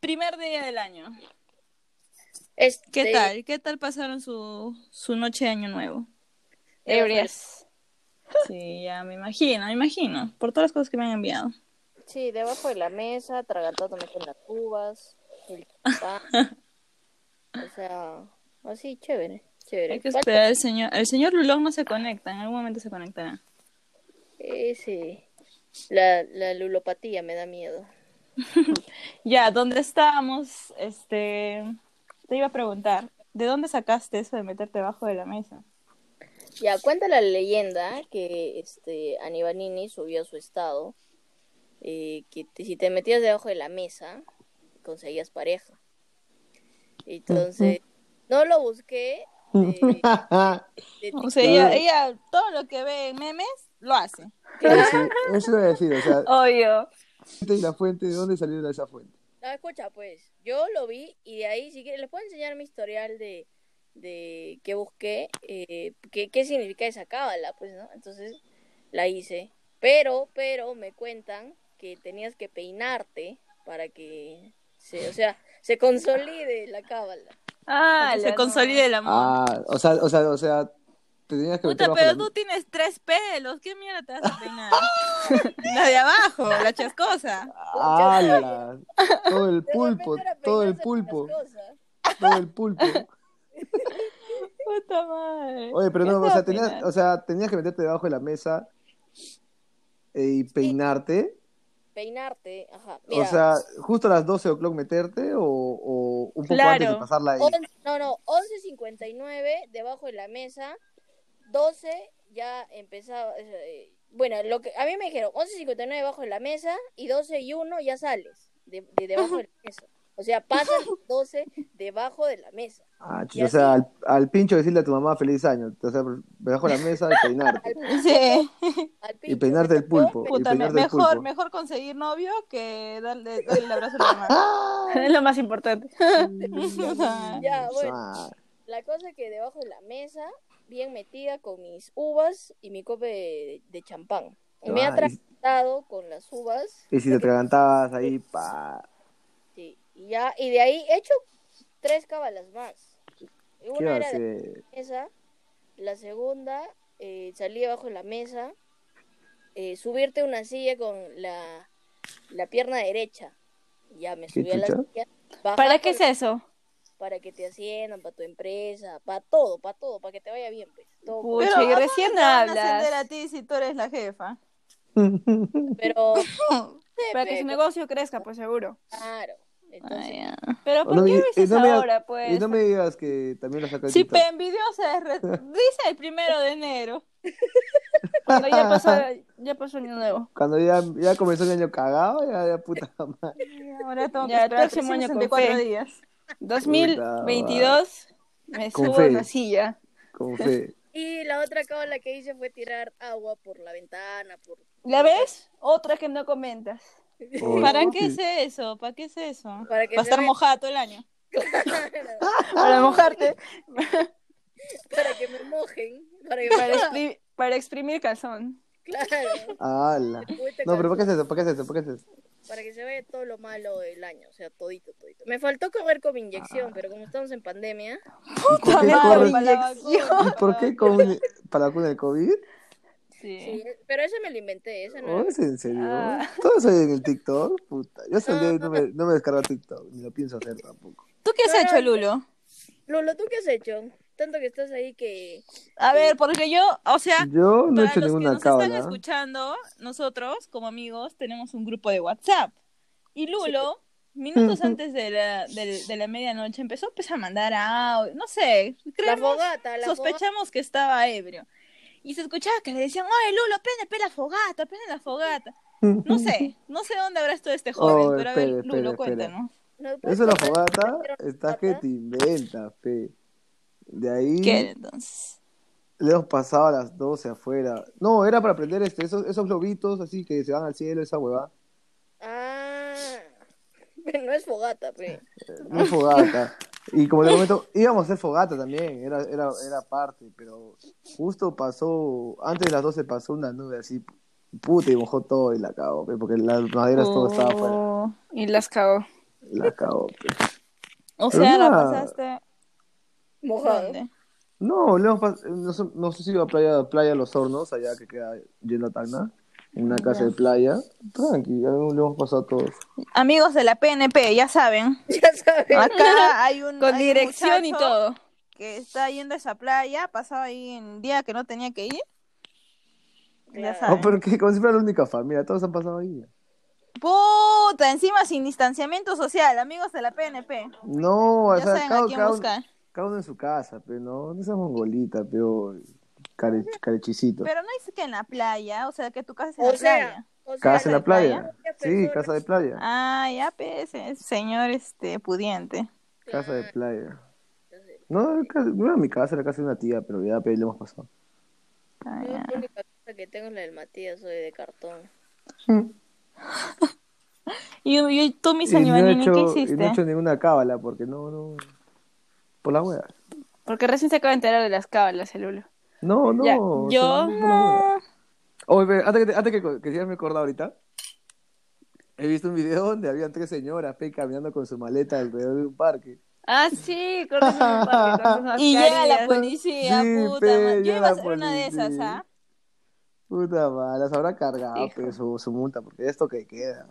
primer día del año. Este, ¿Qué tal? ¿Qué tal pasaron su, su noche de año nuevo? Ebrias. Sí, ya me imagino, me imagino. Por todas las cosas que me han enviado. Sí, debajo de la mesa, tragantándome con las uvas, el pan. o sea, así, chévere, chévere. Hay que esperar al señor. El señor Lulón no se conecta, en algún momento se conectará. Eh, sí. La, la lulopatía me da miedo. Ya, ¿dónde estábamos? Este, te iba a preguntar, ¿de dónde sacaste eso de meterte debajo de la mesa? Ya, cuenta la leyenda que este Anibanini subió a su estado eh, que te- si te metías debajo de la mesa, conseguías pareja. Entonces, no lo busqué. eh, de O sea, ella, ella todo lo que ve en memes lo hace. Eso, eso iba a decir, o sea, Obvio. y la fuente, ¿de dónde salió esa fuente? No, escucha, pues, yo lo vi y de ahí, si quieren, les puedo enseñar mi historial de, de qué busqué, eh, qué, qué significa esa cábala, pues, ¿no? Entonces, la hice. Pero, pero, me cuentan que tenías que peinarte para que, se, o sea, se consolide la cábala. Ah, se consolide el amor. Ah, o sea, o sea, o sea, te tenías que meter Puta, bajo pero la- tú tienes tres pelos. ¿Qué mierda te vas a peinar? la de abajo, la chascosa. ¡Hala! Todo el pulpo, Realmente era todo el peinarse pulpo, para las cosas. todo el pulpo. Puta madre. Oye, pero no, ¿Qué o sea, te vas a tenías, peinar? o sea, tenías que meterte debajo de la mesa eh, y peinarte. Peinarte, ajá. O Mira, sea, justo a las 12 o'clock meterte o, o un poco Claro. antes de pasarla ahí. once- no, no, 11.59 debajo de la mesa, 12 ya empezaba, eh, bueno, lo que a mí me dijeron, 11.59 debajo de la mesa y 12 y 1 ya sales de, de debajo de la mesa. O sea, pasas 12 debajo de la mesa. Ah, chucha, Y o sea, al, al pincho decirle a tu mamá feliz año. O sea, debajo de la mesa y peinarte. Sí. Al Y pincho. peinarte el pulpo. Y Puta, me- peinarte el mejor, pulpo. mejor conseguir novio que darle, darle el abrazo a la mamá. Ah, Es lo más importante. Ya, bueno. ah, La cosa es que debajo de la mesa, bien metida con mis uvas y mi copa de, de champán. Me he Ah, y- atragantado con las uvas. Y si te atragantabas ahí, pa. Sí, y ya, y de ahí he hecho tres cábalas más. Y ¿Qué va Una a era de hacer? la mesa, la segunda, eh, salí abajo de la mesa, eh, subirte a una silla con la, la pierna derecha. Ya me ¿Qué subí a la chucha? silla. bajar ¿Para qué con- es eso? Para que te asciendan, para tu empresa, para todo, para todo, para que te vaya bien, pues. todo con- Pucha, y ¿a dónde recién te van a ascender hablas. a ti si tú eres la jefa? Pero, Para que su negocio crezca, pues seguro. claro. Entonces, Ay, ya. Pero No, "Ah, ¿por qué y- lo y dices no me- ahora, Y pues? no me digas que también lo sacaste. Si pe envidiosa es re- dice el primero de enero. Cuando ya pasó, ya pasó el año nuevo. Cuando ya, ya comenzó el año cagado, ya, ya puta madre. Ahora tengo que Ya, el esperar próximo año con 364 fe. días. 2022 me Con subo a fe. la silla. Con fe. y la otra cábala que hice fue tirar agua por la ventana, por ¿La ves? Otra que no comentas. Oye, ¿Para "Oh, sí. qué es eso? ¿Para qué es eso? Para que Va a se estar vea. mojada todo el año. Para mojarte, para que me mojen, para que para, me expri- para exprimir calzón. claro, Ala. Fuiste No, pero calzón. ¿para qué es eso? ¿Para qué es eso? ¿Para qué es eso? para que se vea todo lo malo del año, o sea, todito, todito. Me faltó correr con mi inyección, Ah. pero como estamos en pandemia, ¿Y por qué madre, corres- para la vacuna. ¿Y por qué con, para la vacuna del COVID? sí, eh, pero eso me lo inventé, esa no ¿Oh, era- ¿Es en serio? Ah. Todo eso en el TikTok, puta. Yo hasta el día de hoy no me, no me descargo TikTok, ni lo pienso hacer tampoco. ¿Tú qué has No, no, hecho, Lulo? Lolo, ¿tú qué has hecho? Tanto que estás ahí que... A ver, porque yo, o sea, Yo no he para hecho los que ninguna nos cábala. están escuchando, nosotros como amigos tenemos un grupo de WhatsApp. Y Lulo, minutos antes de la, del- de la medianoche, empezó pues, a mandar audio, no sé, La creemos, fogata, la fogata. sospechamos que estaba ebrio. Y se escuchaba que le decían, oye Lulo, prende pe, la fogata, prende la fogata. No sé, no sé dónde habrá estado este joven, Oh, pero a ver, espere, espere, Lulo, espere. cuéntanos. ¿No puedes Eso de la correr? fogata, estás que te inventas, fe. De ahí ¿Qué era, entonces? le hemos pasado a las 12 afuera. No, era para prender este, esos, esos globitos así que se van al cielo, esa huevada. Ah, pero no es fogata, pero... Muy fogata. Y como te comento, íbamos a hacer fogata también, era, era, era parte, pero justo pasó, antes de las 12 pasó una nube así, Oh. puta, y mojó todo y la cagó, pe, porque las maderas todo estaba afuera. Oh, y las cago. La cagó. pues. O Pero sea, la nada. pasaste. Mojado. ¿Dónde? No, le hemos pas- no, sé- no sé si iba a playa, playa Los Hornos, allá que queda yendo a Tacna, en una casa de playa. Tranqui, ya lo hemos pasado a todos. Amigos de la PNP, ya saben. Ya sabes. Ah, Acá hay un. Con hay un dirección y muchacho todo. Que está yendo a esa playa, pasaba ahí en día que no tenía que ir. Ya Claro. saben. Oh, pero que como si fuera la única familia, todos han pasado ahí. Puta, encima sin distanciamiento social, amigos de la PNP. No, o Ya sea, saben a cada, quién cada un- buscar. cada uno en su casa, pero no, no seas mongolita, pero care- carechicito. Pero no dice que en la playa, o sea, que tu casa es en O la sea, playa. o sea, Casa en la de playa. playa. Sí, casa de playa. Ah, ya, pues, eh, señor este pudiente. Casa de playa. No, era ca- no era mi casa, era casa de una tía, pero ya pe, le hemos pasado. Ah, Yo ya. la única cosa que tengo es la del Matías, soy de cartón. Y, y tú, mi Y no, señor, he Nini, ¿qué hecho, y no he hiciste? hecho ninguna cábala, porque no, no. Por la wea. Porque recién se acaba de enterar de las cábalas, el Lulo. No, no. Ya, o sea, yo- no, por la wea. Oye, pero antes que, te- antes que, que ya me acordaba ahorita, he visto un video donde habían tres señoras pe, caminando con su maleta alrededor de un parque. Ah, sí, con razón, en el parque, con sus Y llega la mascarillas. policía, Sí, ah, puta pe, madre. Yo llega iba a la ser una de esas, policía. ¿ah? Puta madre, las habrá cargado Hijo. pe, su, su multa, porque esto que queda.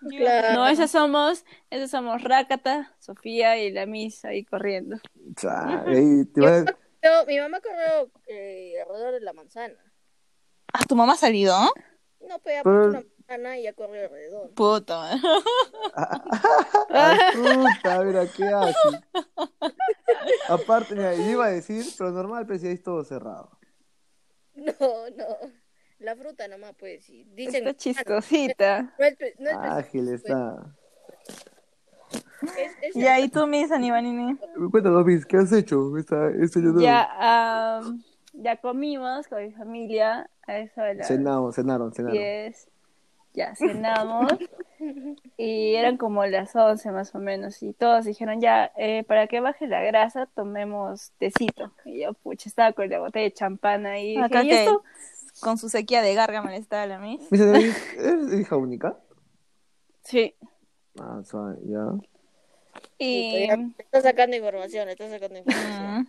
Yo iba a ser- Claro. No, esas somos, esas somos Rakata, Sofía y la misa ahí corriendo. O sea, ahí te vas a- Yo- mi mamá corrió eh, alrededor de la manzana. Ah, ¿tu mamá ha salido? No, pero ya Pero- puso una manzana y ya corrió alrededor. Puta madre. Ay, puta, mira, qué asco. Aparte, mira, yo iba a decir, pero normal, pero si ahí es todo cerrado. No, no. La fruta nomás, pues. sí. Dicen. Está chistosita. No es, no pues, es, Ah. Ágil está. es- es- Y ahí tú, mi Sanibanini. Cuéntanos, Miss, ¿qué has hecho? Esta, este yo no- Ya, am, ya comimos con mi familia a eso de las Cenaron, cenaron, cenaron. 10. Ya cenamos. y eran como las 11 más o menos. Y todos dijeron, ya, eh, para que baje la grasa, tomemos tecito. Y yo, pucha, estaba con la botella de champán ahí. y Acá dije, "¿Y que esto? con su sequía de gárgama le estaba la mis. Miss, ¿eres eres hija única? Sí. Ah, suave, ya. Y... Puta, ya Está sacando información, está mm, sacando información.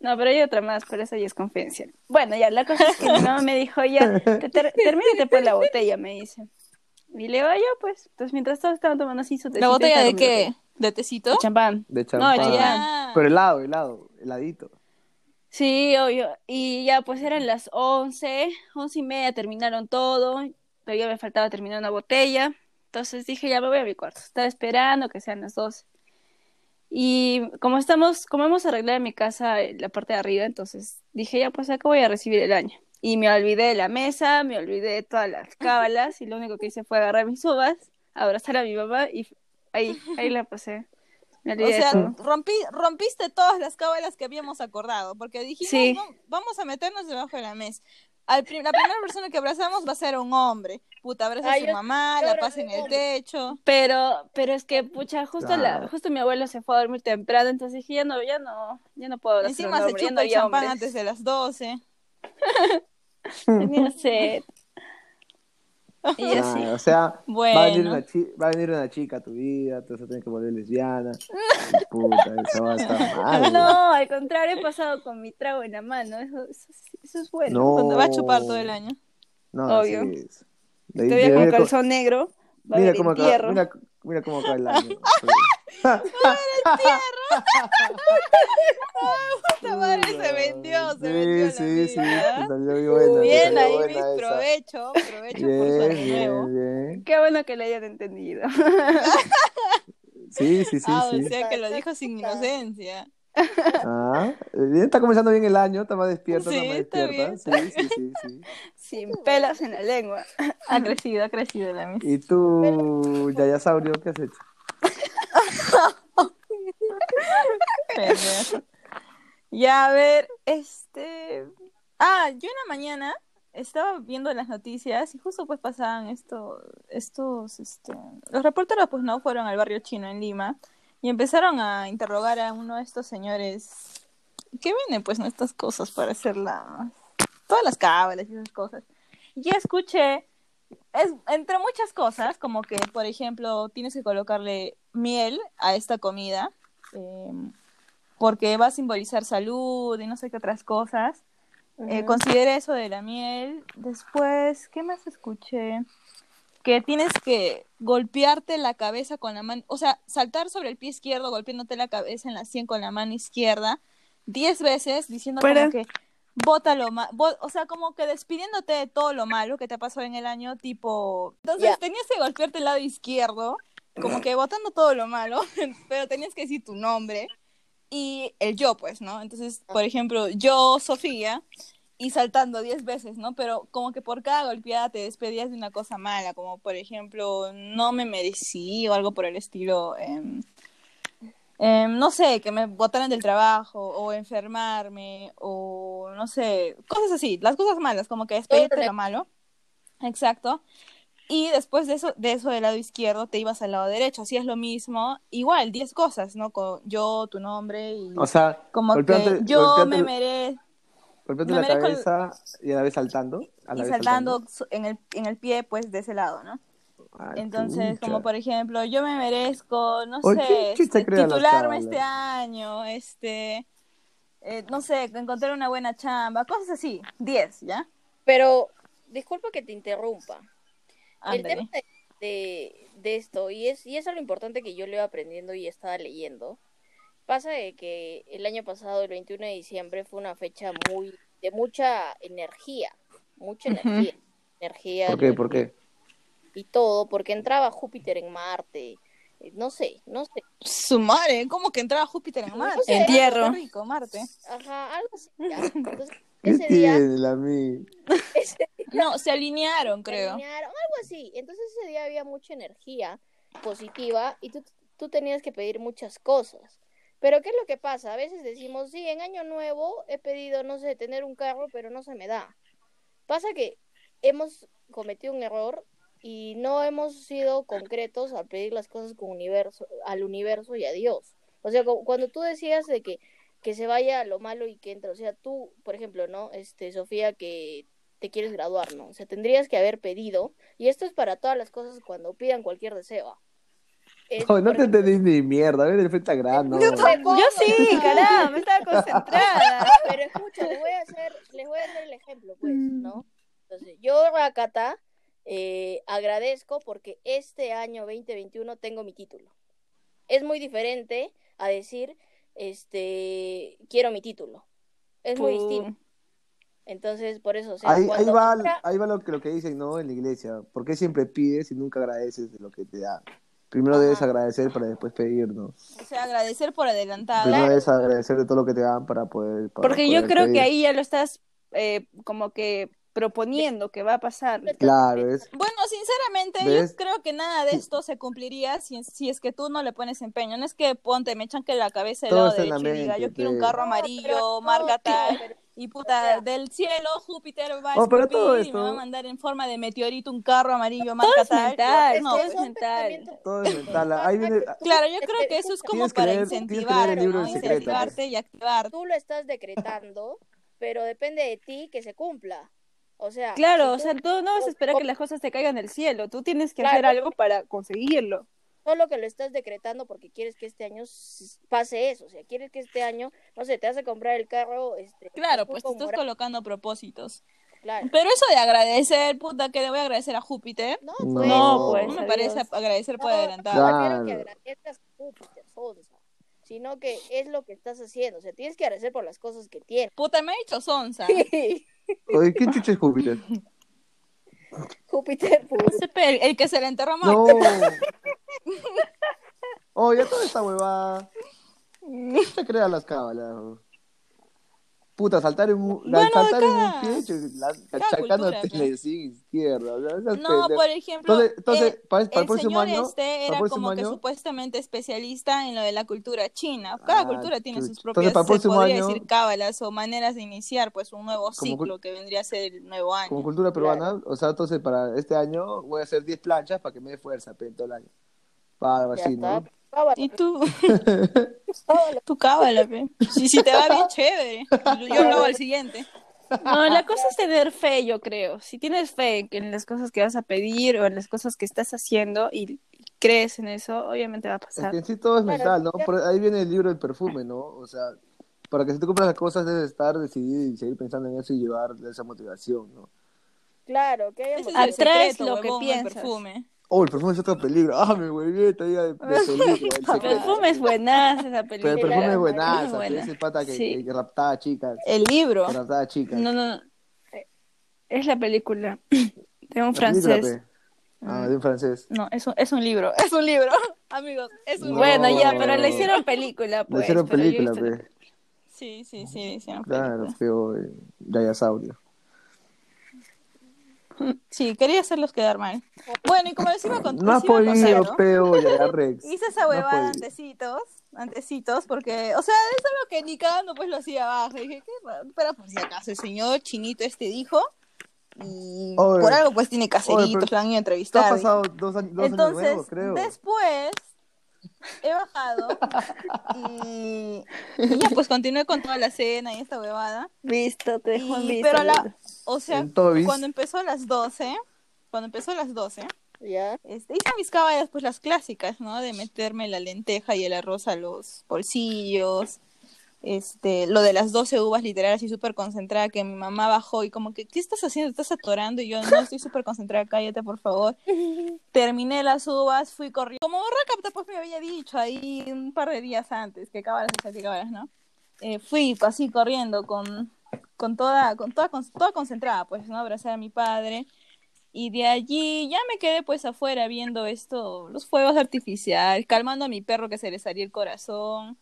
No, pero hay otra más, pero esa ya es confidencial. Bueno, ya, la cosa es que mi mamá me dijo, ya, te ter termina y te pon la botella, me dice. Y le digo, "Ah, ya, pues. Entonces, mientras todos estaban tomando así su ¿La tecito, botella estaba de con mi qué? botella. ¿De tecito? De champán. De No, champán. ya. Pero helado, helado, heladito. Sí, obvio. Y ya, pues eran las once, once y media, terminaron todo. Todavía me faltaba terminar una botella. Entonces dije, ya me voy a mi cuarto. Estaba esperando que sean las doce. Y como estamos, como hemos arreglado en mi casa eh, la parte de arriba, entonces dije, ya pues acá voy a recibir el año. Y me olvidé de la mesa, me olvidé de todas las cábalas, y lo único que hice fue agarrar mis uvas, abrazar a mi mamá y ahí, ahí la pasé. Me O olvidé de sea, todo. rompí, rompiste todas las cábalas que habíamos acordado, porque dijimos, Sí. "No, vamos a meternos debajo de la mesa. Al prim- la primera persona que abrazamos va a ser un hombre. Puta, abraza a Ay, su yo- mamá, yo la pasa abrazé en a un el hombre. techo. Pero, pero es que, pucha, justo Claro. la, justo mi abuelo se fue a dormir temprano, entonces dije, ya no, ya no, ya no puedo abrazar a un Encima se hombre, ya no chupa el había champán hombres. antes de las 12. Tenía sed. Y Ah, así. o sea, va, a venir Bueno. una chi- va a venir una chica a tu vida, te vas a tener que volver lesbiana. Puta, eso va a estar mal. No, al contrario, he pasado con mi trago en la mano, eso, eso, sí- eso es bueno. No. Cuando va a chupar todo el año. No, Obvio. así es. De ahí- Todavía mira con cómo- calzón negro, va a mira haber cómo acaba- entierro. mira- mira cómo acaba el año. Puta madre, se vendió, se sí, vendió. la sí, sí, vida. ¿eh? Ah, te salió bien buena, te Bien salió ahí, buena Luis, esa. provecho, provecho por su Bien, año nuevo. bien, bien. Qué bueno que lo hayan entendido. Sí, sí, sí, ah, sí. o sea que lo dijo sin inocencia. Ah, bien, está comenzando bien el año, está más despierta, Sí, está más está despierta. Sí, sí, sí, sí. Sin pelos en la lengua. Ha crecido, ha crecido la misa. ¿Y tú, Yayasaurio, qué has hecho? Pendejo. Ya, a ver, este... Ah, yo en la mañana estaba viendo las noticias y justo pues pasaban esto, estos, este... Los reporteros pues no fueron al barrio chino en Lima y empezaron a interrogar a uno de estos señores que venden pues no estas cosas para hacer las... Todas las cábalas y esas cosas. Y escuché es, entre muchas cosas, como que, por ejemplo, tienes que colocarle miel a esta comida, eh, porque va a simbolizar salud y no sé qué otras cosas. Eh, Ujú. considera eso de la miel. Después, ¿qué más escuché? Que tienes que golpearte la cabeza con la mano, o sea, saltar sobre el pie izquierdo golpeándote la cabeza en la sien con la mano izquierda diez veces diciendo Para. como que bótalo, ma- bo- o sea, como que despidiéndote de todo lo malo que te ha pasado en el año, tipo... Entonces Ya. tenías que golpearte el lado izquierdo, como que botando todo lo malo, pero tenías que decir tu nombre y el yo, pues, ¿no? Entonces, por ejemplo, yo, Sofía, y saltando 10 veces, ¿no? Pero como que por cada golpeada te despedías de una cosa mala, como por ejemplo, no me merecí o algo por el estilo, em, em, no sé, que me botaran del trabajo o enfermarme o no sé, cosas así, las cosas malas, como que despedirte de lo malo. Exacto. Y después de eso, de eso del lado izquierdo, te ibas al lado derecho, hacías lo mismo, igual, 10 cosas, ¿no? Con yo, tu nombre y O sea, como que golpearte- yo golpearte- me merezco. golpearte me la merezco el- cabeza y a la vez saltando. A la y vez saltando so- en el, en el pie, pues, de ese lado, ¿no? Ah, Entonces, chucha. como por ejemplo, yo me merezco, no Oye, sé, ¿quién se este, crea las titularme tablas? este año, este, eh, no sé, encontrar una buena chamba, cosas así, 10, ¿ya? Pero, disculpa que te interrumpa. El Ándale. tema de, de- de esto, y es, y eso es lo importante que yo le iba aprendiendo y estaba leyendo, pasa de que el año pasado, el 21 de diciembre, fue una fecha muy de mucha energía, mucha Ujú. energía, energía ¿Por qué? ¿Por qué? y todo, porque entraba Júpiter en Marte, eh, no sé, no sé, Su madre, como que entraba Júpiter en Marte. sé. Entierro. Qué rico, Marte. ajá, algo así. ya. Entonces, ¿Qué ese día tiene la mí? ese No, se alinearon, creo. alinearon, algo así. Entonces ese día había mucha energía positiva y tú, tú tenías que pedir muchas cosas. Pero ¿qué es lo que pasa? A veces decimos, sí, en año nuevo he pedido, no sé, tener un carro, pero no se me da. Pasa que hemos cometido un error y no hemos sido concretos al pedir las cosas con universo, al universo y a Dios. O sea, cu- cuando tú decías de que, que se vaya lo malo y que entre, o sea, tú, por ejemplo, ¿no? Este, Sofía, que te quieres graduar, ¿no? O sea, tendrías que haber pedido, y esto es para todas las cosas cuando pidan cualquier deseo. ¿ah? Eh, No, no por te ejemplo, entendí ni mierda. A ver, el frente a gran, no. Yo sí, caramba, me estaba concentrada. Pero escucha, les voy a hacer, les voy a hacer el ejemplo, pues, ¿no? Entonces, yo, Rakata, eh, agradezco porque este año 2021 tengo mi título. Es muy diferente a decir, este, quiero mi título. Es muy distinto. Entonces, por eso, o sea, Ahí, ahí, cuando va, entra- ahí va lo que, lo que dicen, ¿no? En la iglesia. ¿Por qué siempre pides y nunca agradeces de lo que te dan? Primero debes Ajá. agradecer para después pedir, ¿no? O sea, agradecer por adelantado. Primero Claro. debes agradecer de todo lo que te dan para poder. para Porque yo poder creo pedir. que ahí ya lo estás eh, como que proponiendo que va a pasar. Claro, es. Bueno, sinceramente, ¿Ves? yo creo que nada de esto se cumpliría si, si es que tú no le pones empeño. No es que ponte, me echan que la cabeza del Todo lado está en la derecho y diga, mente, pues". yo quiero un pe. carro No, amarillo, pero no, marca tal, pero- y o puta, sea- del cielo Júpiter va a Oh, pero escupir todo y me va a esto- mandar en forma de meteorito un carro amarillo, marca es tal. mental, No, todo pues, es mental. Todo es mental. Ahí viene. ah, claro, yo creo que eso es como Tienes que para leer- tienes que leer el incentivarte, libro ¿no? del secreto, pues. Incentivarte y activarte. tú lo estás decretando, pero depende de ti que se cumpla. O sea, Claro, o si sea, tú- tú no vas a esperar o- que las cosas te caigan del cielo. Tú tienes que Claro. hacer algo para conseguirlo. solo que lo estás decretando porque quieres que este año s- pase eso, o sea, quieres que este año, no sé, te vas a comprar el carro, este, Claro, azul pues te con estás morado, colocando propósitos. claro. Pero eso de agradecer, puta, que le voy a agradecer a Júpiter. No, No. pues, No, No, pues, no me adiós. parece Oh, agradecer por no, adelantado. no me refiero a que Claro. agradezcas a Júpiter, sonsa, sino que es lo que estás haciendo, o sea, tienes que agradecer por las cosas que tienes. Puta, me ha dicho sonza. Oye, ¿qué chucha es Júpiter? Júpiter, pues, Ese pe- El, el que se le enterró más. No. Oh, ya toda esta huevada. Mm. ¿Qué se crea las cábalas? bro? Puta, saltar en un, Bueno, saltar en acá. un pie, ch- la- Cada achacándote cultura, la sin izquierda. o sea, esas No, pendejas. por ejemplo, este, entonces, entonces eh, para, para el el próximo señor año, para este el era próximo como que año, supuestamente especialista en lo de la cultura china. Cada Ah, cultura tiene sus chucha. propias, Entonces, para el se próximo podría año- decir, cábalas o maneras de iniciar pues un nuevo Como cul- ciclo que vendría a ser el nuevo como año. cultura peruana, o sea, entonces para este año voy a hacer 10 planchas para que me dé fuerza pe, todo el año. Para ya así, está. Pues Ah, ¿no? Cábala, Y tú, cábala. tú cábala, pe. Si, si te va bien, chévere. Yo lo hago al siguiente. No, la cosa es tener fe, yo creo. Si tienes fe en que- en las cosas que vas a pedir o en las cosas que estás haciendo y crees en eso, obviamente va a Es pasar. que en sí todo es Claro, mental, ¿no? ya- Por ahí viene el libro del perfume, ¿no? O sea, para que si tú compras las cosas debes estar decidido y seguir pensando en eso y llevar esa motivación, ¿no? Claro, que haya Ese es el motivación. Atraes secreto, lo que huevón, el piensas. perfume. Oh, el perfume es otro peligro. Ah, mi huevita todavía de, de peligro. El El secreto. Ah, perfume es buenazo, esa Pero película. el perfume es Claro, es buenazo, buena. es el pata que, Sí. que raptaba a chicas. El libro. Que raptaba a chicas. No, no, no. Es la película de La un película, francés. pe. Ah, de un francés. No, es un, es un libro. Es un libro. Amigos, es un No. libro. Bueno, ya, pero le hicieron película, Le pues. hicieron pero yo he película, visto- pe. Sí, sí, sí, le hicieron Claro, película. feo. eh, Dayasaurio. Sí, quería hacerlos quedar mal. Bueno, y como les iba a cont- No has les iba a contar, podido, ¿no? peo, ya Rex. Hice esa No huevada podía. antecitos, antecitos, porque, o sea, es algo que ni cagando pues lo hacía abajo. Dije, ¿qué? raro, Pero por si acaso el señor chinito este dijo, y Oye. por algo pues tiene Oye, pero caseritos, lo han ido a Te ha entrevistar. pasado dos años, dos años Entonces, nuevos, creo. después he bajado y, y ya pues continué con toda la cena y esta huevada. Visto, te dejo en Y- visto. pero la, Lolo. o sea, En Tobis. cuando empezó a las 12, cuando empezó a las 12, Ya. este, hice mis caballas, pues las clásicas, ¿no? De meterme la lenteja y el arroz a los bolsillos. Este, lo de las 12 uvas literal así súper concentrada que mi mamá bajó y como que, ¿qué estás haciendo? ¿Estás atorando? Y yo, no, estoy súper concentrada, cállate, por favor. Terminé las uvas, fui corriendo. Como recapta, pues me había dicho ahí un par de días antes, que cabalas, o sea, que cabalas, ¿no? Eh, fui así corriendo con, con toda, con toda, con toda concentrada, pues, ¿no? Abrazar a mi padre. Y de allí ya me quedé pues afuera viendo esto, los fuegos artificiales, calmando a mi perro que se le salía el corazón.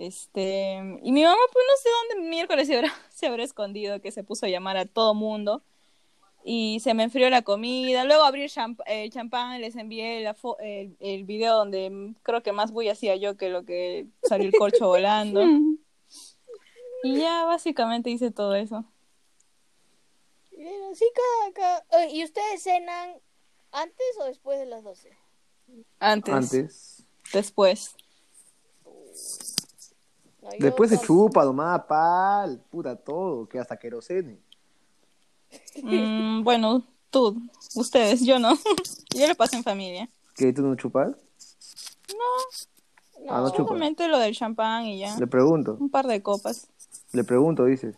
Este, y mi mamá pues no sé dónde miércoles se habrá, se habrá escondido, que se puso a llamar a todo mundo. Y se me enfrió la comida. Luego abrí el, champ- eh, el champán, les envié la fo- el, el video donde mm, creo que más bulla hacía yo que lo que salió el corcho volando. pues. Mm, Y ya básicamente hice todo eso. Bien, así cada, cada- Oye, ¿Y ustedes cenan antes o después de las 12? Antes, Antes. después. No, yo Después se con- chupa, domada, pal, puta, todo, que hasta querosene. Mm, bueno, tú, ustedes, yo no. yo lo paso en familia. ¿Qué tú no chupas? No, Ah, no chupa. Solamente lo del champán y ya. Le pregunto, Un par de copas. le pregunto, dices.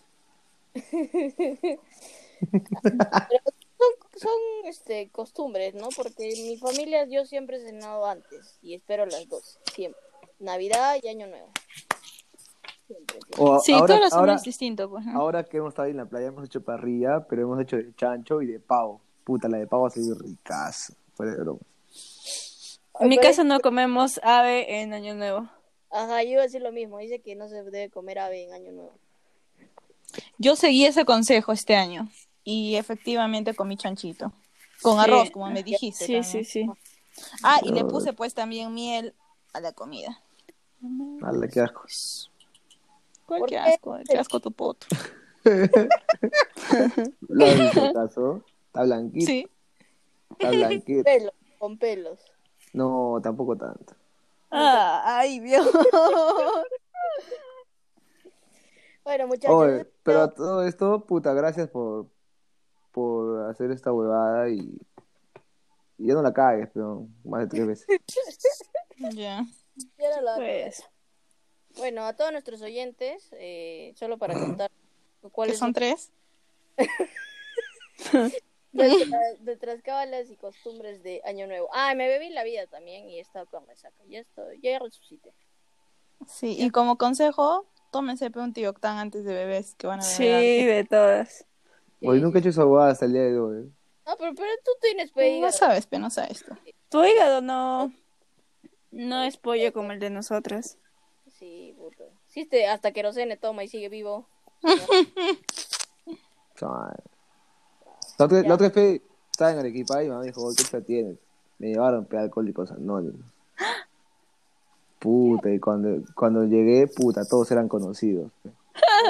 son, son, este, costumbres, ¿no? Porque en mi familia yo siempre he cenado antes y espero las 12, siempre. Navidad y Año Nuevo. Siempre, siempre. O Sí, ahora, todos los ahora, hombres distintos, pues. ¿no? ahora que hemos estado ahí en la playa, hemos hecho parrilla, pero hemos hecho de chancho y de pavo. Puta, la de pavo ha sido ricazo. Fue de broma. En mi Pero- casa no comemos ave en Año Nuevo. Ajá, yo iba a decir lo mismo. Dice que no se debe comer ave en Año Nuevo. Yo seguí ese consejo este año. Y efectivamente comí chanchito. Con Sí. arroz, como me dijiste. Sí, también. sí, sí. Ah, y le puse pues también miel a la comida. Ala, qué asco. Cuál ¿Por qué qué? asco, qué asco tu poto. La de mi caso, está blanquita, Sí. está blanquita. Pelos, con pelos. No, tampoco tanto. Ah, ay, Dios. Bueno, muchachos. Oye, pero a todo esto, puta, gracias por, por hacer esta huevada y, y ya no la cagues, pero más de tres veces. Ya. ya no lo- Pues, Bueno, a todos nuestros oyentes, eh, solo para contar cuál Que es son tres. de trascabalas y costumbres de Año Nuevo. Ah, me bebí la vida también y he estado con resaca. Ya estoy, ya resucité. Sí. Y como consejo, tómense pe un tioctán antes de bebés que van a sí, beber. de todas. Hoy nunca he hecho esa huevada hasta el día de hoy. No, Ah, pero, pero tú tienes No pedido. Eh, sabes, pe, no sabes tú. Tu hígado no, no es pollo como el de nosotras. Sí, puto. Sí, este, hasta querosene toma y sigue vivo. Chale. La otra, la otra vez pe, estaba en Arequipa y mi mamá dijo, "Oye, ¿qué se tienes? Me llevaron pe alcohólicos anónimos. Puta, y cuando, cuando llegué, puta, todos eran conocidos. pe. pues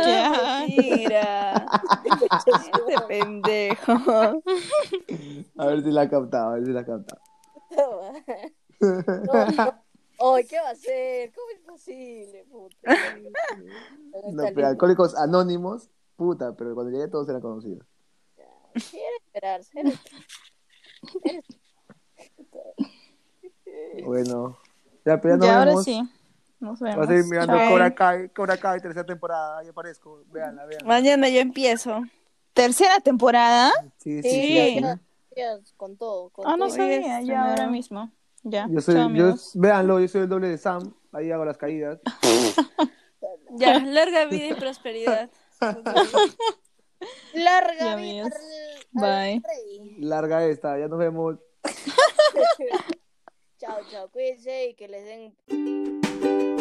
Ya. Ah, Mira. Este pendejo. A ver si la captaba, a ver si la captaba. No, no. Ay, ¿qué va a hacer? ¿Cómo es posible, puto? No, pero alcohólicos anónimos, Puta, pero cuando llegué todos eran conocidos. Sí, era esperarse. era esperar. Bueno. Ya, pero ya nos Ya, ahora vemos. sí. Nos vemos. Va a seguir mirando Chao. Cobra Kai, Cobra Kai, tercera temporada, ahí aparezco. Veanla, veanla. Mañana yo empiezo. Tercera temporada. Sí, sí, Sí, sí. ya, ya, con todo. Con Ah, no todo. sé. Hoy sabía. es Ya, una- ahora mismo. Ya. Yo soy, Chao, yo, amigos. véanlo, yo soy el doble de Sam, ahí hago las caídas. Ya, larga vida y prosperidad. Ya Larga vida. ves. al- al Bye. rey. Larga esta, ya nos vemos. Chao, chao. Cuídense y que les den